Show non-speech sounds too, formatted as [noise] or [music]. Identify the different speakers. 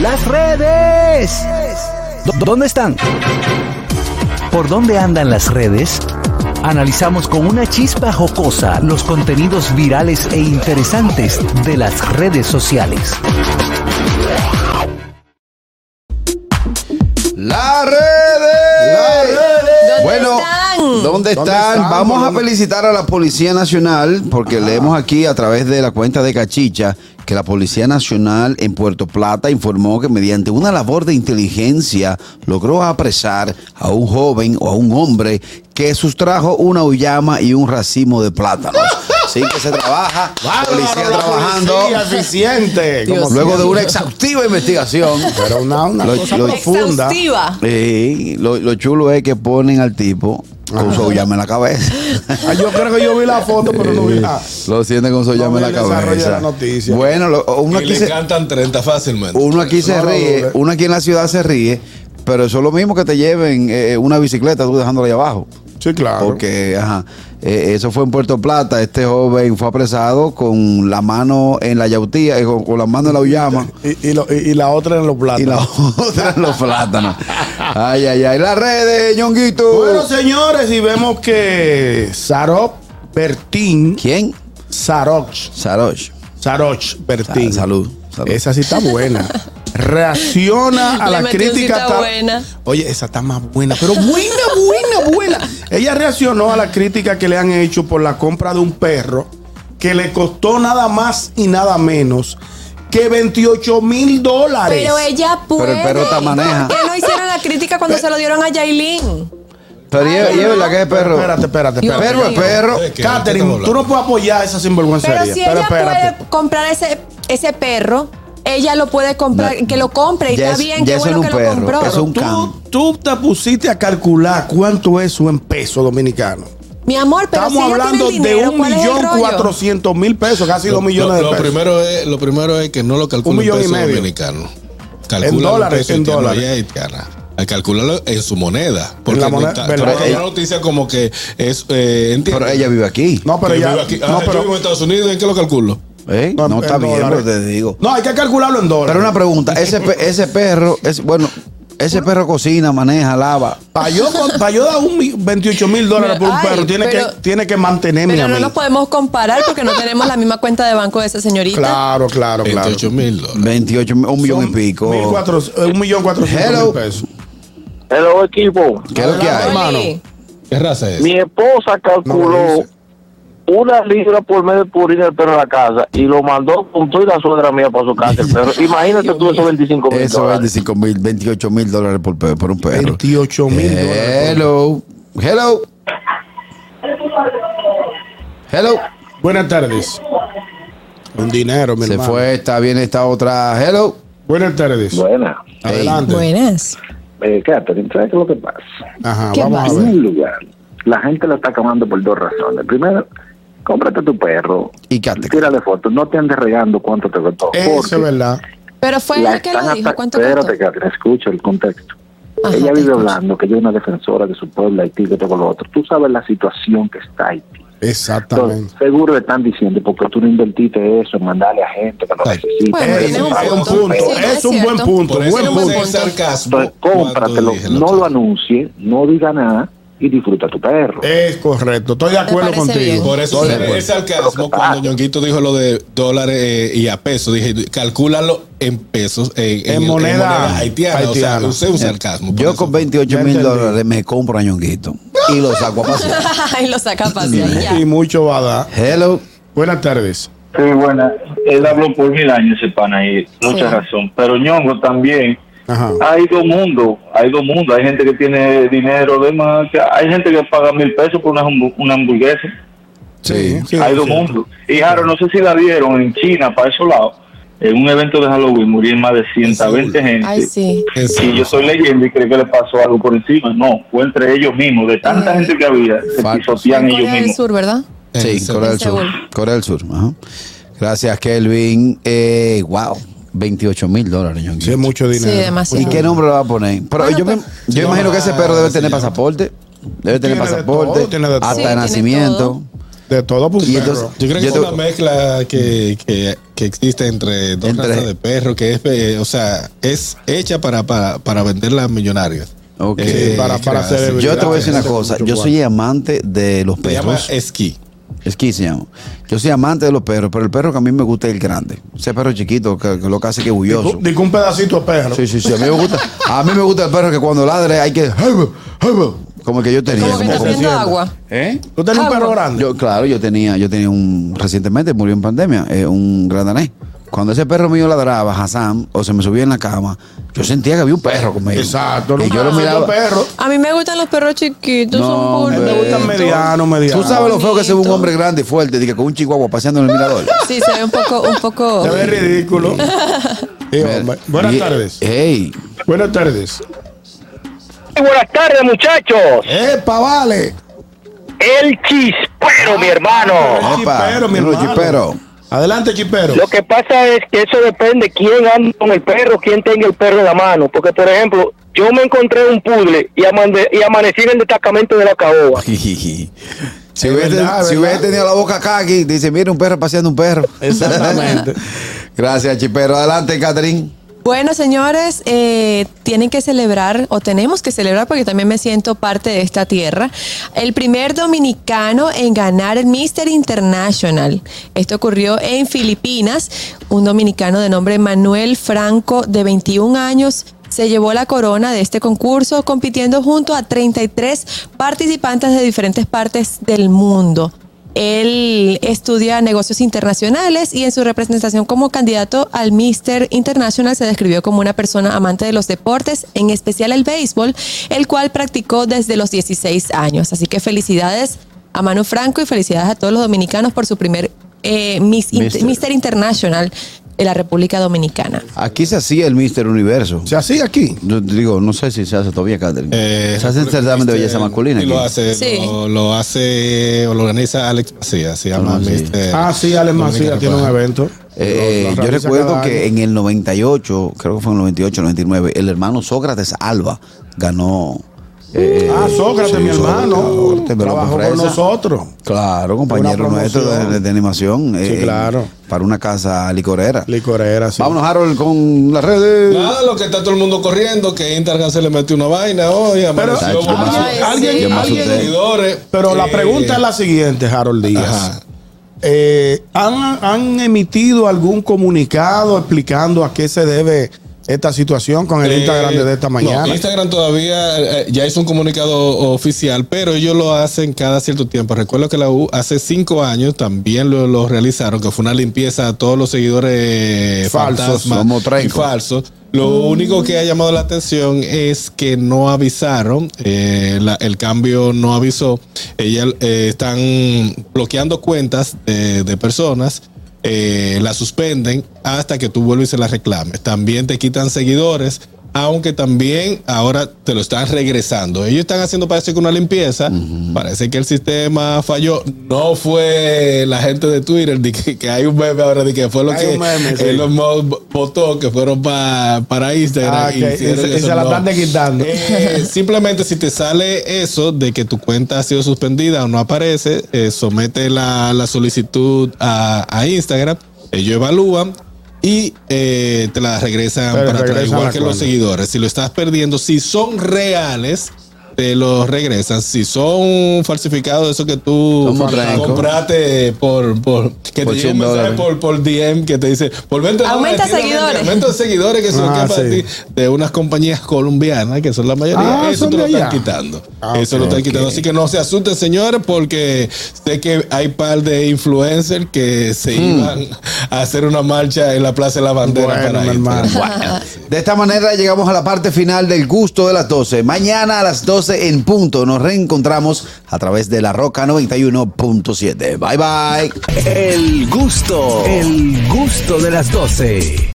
Speaker 1: Las redes. ¿Dó- ¿Dónde están? ¿Por dónde andan las redes? Analizamos con una chispa jocosa los contenidos virales e interesantes de las redes sociales.
Speaker 2: ¡La redes!
Speaker 3: ¿Dónde
Speaker 2: Bueno,
Speaker 3: están?
Speaker 2: ¿dónde están?
Speaker 4: están?
Speaker 2: Vamos
Speaker 4: ¿Por
Speaker 2: a
Speaker 4: dónde?
Speaker 2: felicitar a la Policía Nacional porque leemos aquí a través de la cuenta de Cachicha que la Policía Nacional en Puerto Plata informó que mediante una labor de inteligencia logró apresar a un joven o a un hombre que sustrajo una uyama y un racimo de
Speaker 4: [laughs]
Speaker 2: plátanos. Así que se trabaja, la
Speaker 4: Bárbaro,
Speaker 2: policía
Speaker 4: la
Speaker 2: trabajando.
Speaker 4: policía eficiente.
Speaker 3: Dios
Speaker 4: como
Speaker 2: Luego de
Speaker 4: siempre.
Speaker 2: una exhaustiva investigación.
Speaker 4: Pero una, una
Speaker 2: Lo-
Speaker 4: cosa
Speaker 2: lo-
Speaker 4: profunda.
Speaker 3: Exhaustiva.
Speaker 2: Sí, lo, lo chulo es que ponen al tipo con su llama en la
Speaker 4: [laughs]
Speaker 2: cabeza.
Speaker 4: Ah, yo creo que yo vi la foto, pero no vi la.
Speaker 2: Lo sienten con su llama
Speaker 4: Ah. No
Speaker 2: en la
Speaker 4: voy a desarrollar
Speaker 2: cabeza.
Speaker 4: la noticia.
Speaker 2: Bueno, lo- uno,
Speaker 5: y
Speaker 2: aquí
Speaker 5: le
Speaker 2: se,
Speaker 5: cantan 30 fácilmente.
Speaker 2: uno aquí se
Speaker 4: No lo
Speaker 2: ríe,
Speaker 4: dudes.
Speaker 2: uno aquí en la ciudad se ríe, pero eso es lo mismo que te lleven eh, una bicicleta tú dejándola ahí abajo.
Speaker 4: Sí, claro.
Speaker 2: Porque, ajá, eh, eso fue en Puerto Plata. Este joven fue apresado con la mano en la yautía, eh, con, con la mano en la uyama.
Speaker 4: Y, y lo- y- y la otra en los platos.
Speaker 2: Y la otra en los plátanos. Ay, ay, ay. Las redes, ñonguito.
Speaker 4: Bueno, señores, y vemos que Sarok Bertín.
Speaker 2: ¿Quién?
Speaker 4: Saroch.
Speaker 2: Sarosh.
Speaker 4: Saroch Bertín.
Speaker 2: Sa- salud, salud.
Speaker 4: Esa sí está
Speaker 2: [laughs]
Speaker 4: buena. Reacciona a
Speaker 3: Le
Speaker 4: la
Speaker 3: metió un
Speaker 4: crítica.
Speaker 3: sí está
Speaker 4: ta-
Speaker 3: buena.
Speaker 4: Oye, esa está más buena, pero buena, buena, buena. Ella reaccionó a la crítica que le han hecho por la compra de un perro que le costó nada más y nada menos que 28 mil dólares.
Speaker 3: Pero ella puede.
Speaker 2: Pero el perro está maneja.
Speaker 3: ¿Por qué no hicieron la crítica cuando se lo dieron a Yailin?
Speaker 4: Ah,
Speaker 2: Pero
Speaker 3: Ay,
Speaker 2: y es- y es
Speaker 3: no.
Speaker 2: verdad que es perro.
Speaker 4: Espérate, espérate,
Speaker 3: Dios
Speaker 4: espérate.
Speaker 2: Perro es
Speaker 3: mío.
Speaker 2: perro.
Speaker 5: Es que-
Speaker 4: Catherine, tú no puedes apoyar esa sinvergüencería.
Speaker 3: Pero si ella puede comprar ese, ese perro, ella lo puede comprar,
Speaker 2: No.
Speaker 3: que lo compre y
Speaker 2: Ya
Speaker 3: está
Speaker 2: es-
Speaker 3: bien,
Speaker 2: ya
Speaker 3: qué
Speaker 2: eso
Speaker 3: bueno
Speaker 2: no
Speaker 3: que
Speaker 2: es
Speaker 3: lo
Speaker 2: perro,
Speaker 3: compró.
Speaker 2: eso es un
Speaker 4: Tú,
Speaker 2: can.
Speaker 4: tú te pusiste a calcular cuánto es eso en peso dominicano.
Speaker 3: Mi amor, pero
Speaker 4: Estamos
Speaker 3: si ella
Speaker 4: hablando
Speaker 3: tiene el dinero,
Speaker 4: de un
Speaker 3: ¿cuál es el
Speaker 4: millón
Speaker 3: rollo?
Speaker 4: cuatrocientos mil pesos, casi
Speaker 5: Lo-
Speaker 4: dos millones
Speaker 5: lo-
Speaker 4: de
Speaker 5: lo
Speaker 4: pesos.
Speaker 5: Primero es, lo primero es que no lo calcula
Speaker 4: Un millón
Speaker 5: en
Speaker 4: y
Speaker 5: peso
Speaker 4: medio.
Speaker 5: dominicano. Calcúlalo
Speaker 4: dólares,
Speaker 5: peso
Speaker 4: en
Speaker 5: haitiano y
Speaker 4: dólares.
Speaker 5: haitiana. Al calcularlo en su moneda. Porque
Speaker 4: la
Speaker 5: no
Speaker 4: moneda,
Speaker 5: está-
Speaker 4: ¿verdad?
Speaker 5: pero
Speaker 4: Pero
Speaker 5: hay
Speaker 4: ella-
Speaker 5: una noticia como que es. Eh, entiendo.
Speaker 2: Pero ella vive aquí.
Speaker 4: no, pero
Speaker 5: Yo
Speaker 4: ya.
Speaker 5: vivo aquí-
Speaker 4: no,
Speaker 5: ah, yo
Speaker 4: pero-
Speaker 5: vivo en Estados Unidos, ¿en qué lo calculo?
Speaker 2: ¿Eh? No,
Speaker 4: no, en
Speaker 2: está bien,
Speaker 4: dólares.
Speaker 2: pero te digo.
Speaker 4: No, hay que calcularlo en dólares.
Speaker 2: Pero una pregunta. Ese, pe- ese perro, es, bueno, ese perro cocina, maneja, lava.
Speaker 4: Para yo, pa' yo dar un mi- 28 mil dólares por un
Speaker 3: Ay,
Speaker 4: perro, tiene,
Speaker 3: pero-
Speaker 4: que, tiene que mantenerme
Speaker 3: Pero
Speaker 4: a
Speaker 3: no
Speaker 4: mí.
Speaker 3: nos podemos comparar porque no tenemos la misma cuenta de banco de esa señorita.
Speaker 4: Claro, claro, claro.
Speaker 5: 28 mil dólares.
Speaker 2: 28, un millón y
Speaker 4: Son
Speaker 2: pico.
Speaker 4: mil cuatro- eh, un millón cuatrocientos
Speaker 2: Hello.
Speaker 4: mil pesos.
Speaker 6: Hello equipo.
Speaker 2: ¿Qué es lo que
Speaker 3: Oli,
Speaker 2: hay?
Speaker 5: ¿Qué raza es?
Speaker 6: Mi esposa
Speaker 4: No, no
Speaker 6: calculó
Speaker 4: dice.
Speaker 6: una libra por mes de purina del perro a la casa y lo mandó con toda la suegra mía para su casa. el perro. imagínate tú esos 25 mil
Speaker 2: Eso es
Speaker 6: dólares.
Speaker 2: 25 mil, 28 mil dólares por, pe- por un perro.
Speaker 4: 28 mil dólares.
Speaker 2: Hello. Hello. Hello.
Speaker 4: Buenas tardes. Un dinero, mi
Speaker 2: Se
Speaker 4: hermano.
Speaker 2: fue, está bien esta otra. Hello.
Speaker 4: Buenas tardes.
Speaker 6: Buena.
Speaker 4: Adelante.
Speaker 3: Buenas.
Speaker 6: Eh, Catherine, ¿sabes qué es lo que pasa?
Speaker 4: Ajá,
Speaker 3: ¿Qué
Speaker 4: vamos
Speaker 3: pasa?
Speaker 4: a
Speaker 6: En
Speaker 4: ver.
Speaker 6: un lugar, la gente lo está acabando por dos razones. Primero, cómprate tu perro.
Speaker 2: Y cállate.
Speaker 6: Tírale fotos. No te andes regando cuánto te costó.
Speaker 4: Eso
Speaker 6: porque
Speaker 4: es verdad.
Speaker 3: Pero fue
Speaker 6: la
Speaker 3: ella que Pues, lo
Speaker 6: están
Speaker 3: dijo.
Speaker 6: ata-
Speaker 3: ¿Cuánto
Speaker 6: Espérate,
Speaker 3: costó?
Speaker 6: Catherine, escucha el contexto.
Speaker 3: Ajá,
Speaker 6: Ella
Speaker 3: te
Speaker 6: vive
Speaker 3: escucho.
Speaker 6: hablando que ella es una defensora de su pueblo Haití, que todo con lo otro. Tú sabes la situación que está Haití.
Speaker 4: Exactamente.
Speaker 6: Entonces, seguro le están diciendo porque tú no invertiste eso en mandarle a gente que no
Speaker 5: Ay.
Speaker 6: necesita.
Speaker 3: Bueno,
Speaker 4: es,
Speaker 3: tiene
Speaker 6: Entonces,
Speaker 3: un
Speaker 4: es un
Speaker 3: punto.
Speaker 4: punto.
Speaker 3: Sí, no
Speaker 4: es,
Speaker 3: es
Speaker 4: un buen
Speaker 3: cierto.
Speaker 4: punto.
Speaker 5: Por eso
Speaker 4: buen
Speaker 3: un
Speaker 5: usé
Speaker 4: punto.
Speaker 3: punto.
Speaker 5: sarcasmo.
Speaker 6: entonces, cómpratelo,
Speaker 5: cuando dije
Speaker 6: no
Speaker 5: otro.
Speaker 6: lo anuncie, no diga nada y disfruta tu perro.
Speaker 4: Es correcto. Estoy de acuerdo
Speaker 3: parece
Speaker 4: contigo.
Speaker 3: bien.
Speaker 5: Por eso
Speaker 2: Estoy de
Speaker 5: es-
Speaker 2: acuerdo.
Speaker 5: es sarcasmo cuando Ñonguito dijo lo de dólares eh, y a pesos. Dije, calcúlalo en pesos, eh,
Speaker 4: En moneda
Speaker 5: haitiana.
Speaker 4: haitiana.
Speaker 5: O sea, usé un sarcasmo. por
Speaker 2: Yo
Speaker 5: eso.
Speaker 2: con 28
Speaker 4: Ya
Speaker 2: mil
Speaker 4: entendí.
Speaker 2: dólares me compro a Ñonguito y lo saco a
Speaker 4: [laughs]
Speaker 2: pasear.
Speaker 3: [laughs] y lo saca a pasear ya.
Speaker 4: Y mucho va a dar.
Speaker 2: Hello.
Speaker 4: Buenas tardes.
Speaker 7: Sí, bueno, él habló por mil años ese pana ahí, mucha
Speaker 3: Sí.
Speaker 7: razón. Pero Ñongo también,
Speaker 4: Ajá.
Speaker 7: hay dos mundos, hay dos mundos. Hay gente que tiene dinero de más, que- hay gente que paga mil pesos por una, hambu- una hamburguesa.
Speaker 2: Sí.
Speaker 7: hay dos
Speaker 4: sí.
Speaker 7: mundos. Y Jaro, no sé si la vieron en China, para esos lados, en un evento de Halloween murieron más de 120 gente.
Speaker 3: Ay, sí.
Speaker 5: En
Speaker 7: Y yo
Speaker 5: serio.
Speaker 7: soy leyenda y creo que le pasó algo por encima. No, fue entre ellos mismos, de tanta
Speaker 3: Ay.
Speaker 7: gente que había, se
Speaker 2: Falso.
Speaker 7: pisotean
Speaker 3: En
Speaker 7: ellos
Speaker 3: Corea del
Speaker 7: mismos.
Speaker 3: Sur, ¿verdad?
Speaker 2: Sí,
Speaker 5: En
Speaker 2: Corea del
Speaker 3: Seúl.
Speaker 2: Sur. Corea del Sur. ajá. Gracias, Kelvin. Eh, wow. 28 mil dólares, Ñonguito.
Speaker 4: Sí, es mucho
Speaker 3: Sí,
Speaker 4: dinero.
Speaker 3: demasiado.
Speaker 2: ¿Y qué nombre lo va a poner? Pero
Speaker 3: Bueno,
Speaker 2: yo, me-
Speaker 3: pues-
Speaker 2: yo imagino que ese perro debe tener pasaporte. Debe tener
Speaker 4: Tiene de
Speaker 2: pasaporte.
Speaker 4: todo, tiene de todo.
Speaker 2: Hasta
Speaker 3: Sí,
Speaker 2: de
Speaker 3: tiene
Speaker 2: nacimiento.
Speaker 3: todo.
Speaker 4: De todo por un
Speaker 2: Y
Speaker 4: perro.
Speaker 2: entonces-
Speaker 5: Yo creo que
Speaker 2: Yo
Speaker 5: es
Speaker 2: te-
Speaker 5: una mezcla que, que- que existe entre dos
Speaker 2: Entre-
Speaker 5: razas de perro que es, eh, o sea, es hecha para, para, para venderla a millonarios.
Speaker 2: Ok.
Speaker 4: Sí, para- para
Speaker 5: creada,
Speaker 4: hacer
Speaker 5: sí.
Speaker 4: el-
Speaker 2: eh, Yo te voy a decir una
Speaker 4: Mucho
Speaker 2: cosa. Yo
Speaker 4: guapo.
Speaker 2: soy amante de los
Speaker 5: Se llama
Speaker 2: perros.
Speaker 5: esquí.
Speaker 2: Esquí se llama. Yo soy amante de los perros, pero el perro que a mí me gusta es el grande. Ese perro chiquito, que, que lo que hace que bulloso.
Speaker 4: Digo un pedacito de perro.
Speaker 2: Sí, sí, sí. A mí me gusta, a mí me gusta el perro que cuando ladre hay que. Como que yo tenía.
Speaker 3: Como que está haciendo agua.
Speaker 2: ¿Eh?
Speaker 4: ¿Tú tenés un
Speaker 3: Agua.
Speaker 4: perro grande?
Speaker 2: Yo, claro, yo tenía, yo tenía un, recientemente murió en pandemia, eh, un gran danés. Cuando ese perro mío ladraba, Hassan, o se me subía en la cama, yo sentía que había un perro conmigo.
Speaker 4: Exacto.
Speaker 2: Y
Speaker 4: nunca
Speaker 2: yo lo
Speaker 4: has visto
Speaker 2: miraba.
Speaker 4: un perro.
Speaker 3: A mí me gustan los perros chiquitos,
Speaker 2: No,
Speaker 3: son
Speaker 2: hombre.
Speaker 4: A mí Ah, me gustan
Speaker 3: bonitos.
Speaker 4: mediano, mediano.
Speaker 2: Eh, Tú sabes lo feo que se ve un
Speaker 3: Bonito.
Speaker 2: hombre grande y fuerte, de que con un chihuahua paseando en el mirador.
Speaker 3: Sí, se ve un poco, un poco.
Speaker 4: Se ve ridículo. Sí,
Speaker 2: Mira,
Speaker 4: hombre. Buenas
Speaker 2: y- eh,
Speaker 4: tardes.
Speaker 2: Ey,
Speaker 4: Buenas tardes.
Speaker 8: buenas tardes, muchachos.
Speaker 4: ¡Epa, vale!
Speaker 8: El chispero, mi
Speaker 7: Oh,
Speaker 8: hermano.
Speaker 4: El
Speaker 2: Epa,
Speaker 4: chipero, mi
Speaker 2: duro
Speaker 4: hermano.
Speaker 2: chipero.
Speaker 4: Adelante, chipero.
Speaker 8: Lo que pasa es que eso depende quién anda con el perro, quién tenga el perro en la mano. Porque, por ejemplo, yo me encontré un puzzle y, amande- y amanecí en el destacamento de la caoba.
Speaker 2: Si
Speaker 4: Es
Speaker 2: hubiese,
Speaker 4: verdad, es
Speaker 2: si
Speaker 4: verdad.
Speaker 2: hubiese tenido la boca acá aquí, dice, mira un perro paseando un perro.
Speaker 4: [laughs] Exactamente.
Speaker 2: [laughs] Gracias, Chipero. Adelante, Catherine.
Speaker 3: Bueno, señores, eh, tienen que celebrar, o tenemos que celebrar, porque también me siento parte de esta tierra, el primer dominicano en ganar el Mister International. Esto ocurrió en Filipinas. Un dominicano de nombre Manuel Franco, de 21 años, se llevó la corona de este concurso, compitiendo junto a 33 participantes de diferentes partes del mundo. Él estudia negocios internacionales y en su representación como candidato al Mister International se describió como una persona amante de los deportes, en especial el béisbol, el cual practicó desde los 16 años. Así que felicidades a Manu Franco y felicidades a todos los dominicanos por su primer eh, Miss Inter-
Speaker 2: Mister.
Speaker 3: Mister International de la República Dominicana.
Speaker 2: Aquí se hacía el Mister Universo.
Speaker 4: ¿Se hacía aquí?
Speaker 2: Yo digo, no sé si se hace todavía, Catherine.
Speaker 5: Eh,
Speaker 2: se hace el certamen de
Speaker 4: este,
Speaker 5: Mister-
Speaker 2: belleza masculina.
Speaker 5: y Lo
Speaker 2: aquí.
Speaker 5: hace,
Speaker 3: Sí.
Speaker 5: lo, lo hace, o lo organiza Alex Macías, se llama
Speaker 2: Alex Macías.
Speaker 5: Mister-
Speaker 4: Ah, sí, Alex Macías
Speaker 5: Dominicana
Speaker 4: tiene un
Speaker 5: Repaja.
Speaker 4: evento.
Speaker 2: Eh,
Speaker 4: Lo- lo
Speaker 2: yo
Speaker 4: realiza
Speaker 2: recuerdo
Speaker 4: cada
Speaker 2: que
Speaker 4: año.
Speaker 2: en el 98, creo que fue en el 98, 99, el hermano Sócrates Alba ganó. eh,
Speaker 4: Ah, Sócrates,
Speaker 2: sí,
Speaker 4: mi hermano.
Speaker 2: Sócrates, me lo
Speaker 4: Trabajó con
Speaker 2: ofrece.
Speaker 4: nosotros.
Speaker 2: Claro, compañero
Speaker 4: Una
Speaker 2: nuestro
Speaker 4: promoción.
Speaker 2: de, de animación. eh,
Speaker 4: Sí, claro.
Speaker 2: Para una casa licorera.
Speaker 4: Licorera, sí.
Speaker 2: Vámonos, Harold, con las redes.
Speaker 5: Nada, lo que está todo el mundo corriendo, que Instagram se le metió una vaina hoy,
Speaker 4: Pero
Speaker 5: amaneció
Speaker 2: Muchacho,
Speaker 5: con
Speaker 2: yo me
Speaker 5: muchos
Speaker 4: alguien,
Speaker 2: asu-
Speaker 4: alguien,
Speaker 2: yo me
Speaker 4: alguien-
Speaker 2: asusté.
Speaker 5: seguidores.
Speaker 4: Pero la
Speaker 5: Eh,
Speaker 4: pregunta es la siguiente, Harold Díaz.
Speaker 5: Ajá.
Speaker 4: Eh, ¿han, han emitido algún comunicado explicando a qué se debe esta situación con el
Speaker 5: eh,
Speaker 4: Instagram de esta mañana?
Speaker 5: no, Instagram todavía eh, ya hizo un comunicado oficial, pero ellos lo hacen cada cierto tiempo. Recuerdo que la U hace cinco años también lo, lo realizaron, que fue una limpieza a todos los seguidores
Speaker 4: Falsos,
Speaker 5: fantasmas
Speaker 2: como Trenco.
Speaker 5: y falsos. Lo único que ha llamado la atención es que no avisaron, eh, la- el cambio no avisó. Ella, eh, están bloqueando cuentas eh, de personas, eh, la suspenden hasta que tú vuelves y se la reclames. También te quitan seguidores, aunque también ahora te lo están regresando. Ellos están haciendo parece que una limpieza, parece que el sistema falló. No fue la gente de Twitter, de que, que hay un meme ahora, de que fue lo
Speaker 4: Hay
Speaker 5: que
Speaker 4: un meme, sí.
Speaker 5: eh, los Mo- votó que fueron pa- para Instagram.
Speaker 4: Ah,
Speaker 5: y
Speaker 4: que-
Speaker 5: hicieron
Speaker 4: y se- y
Speaker 5: eso,
Speaker 4: se la
Speaker 5: no.
Speaker 4: están quitando.
Speaker 5: Eh, simplemente si te sale eso de que tu cuenta ha sido suspendida o no aparece, eh, somete la, la solicitud a, a Instagram, ellos evalúan y eh, te la regresan
Speaker 4: Pero
Speaker 5: para atrás,
Speaker 4: regresan
Speaker 5: igual
Speaker 4: la
Speaker 5: que los
Speaker 4: cuenta.
Speaker 5: seguidores. Si lo estás perdiendo, si son reales. Te los regresan. Si son falsificados, eso que tú
Speaker 2: Como Franco.
Speaker 5: compraste por, por que
Speaker 2: Por
Speaker 5: te
Speaker 2: 100
Speaker 5: llega un mensaje
Speaker 2: dólares.
Speaker 5: por, por DM que te dice por 20
Speaker 3: Aumenta
Speaker 5: dólares, tírame,
Speaker 3: seguidores.
Speaker 5: Aumenta seguidores que son
Speaker 4: Ah,
Speaker 5: para
Speaker 4: sí.
Speaker 5: ti de unas compañías colombianas que son la mayoría.
Speaker 4: Ah,
Speaker 5: eso
Speaker 4: son
Speaker 5: te lo
Speaker 4: de
Speaker 5: están
Speaker 4: allá.
Speaker 5: quitando.
Speaker 4: Ah,
Speaker 5: eso
Speaker 4: ok,
Speaker 5: lo están
Speaker 4: ok.
Speaker 5: quitando. Así que no se asusten, señores, porque sé que hay par de influencers que se iban a hacer una marcha en la Plaza de la Bandera
Speaker 4: Hmm. Bueno,
Speaker 5: para
Speaker 4: mi
Speaker 5: Instagram.
Speaker 4: hermano.
Speaker 2: De esta manera llegamos a la parte final del gusto de las 12. Mañana a las 12 en punto nos reencontramos a través de la Roca 91.7. Bye bye.
Speaker 1: El gusto, el gusto de las 12.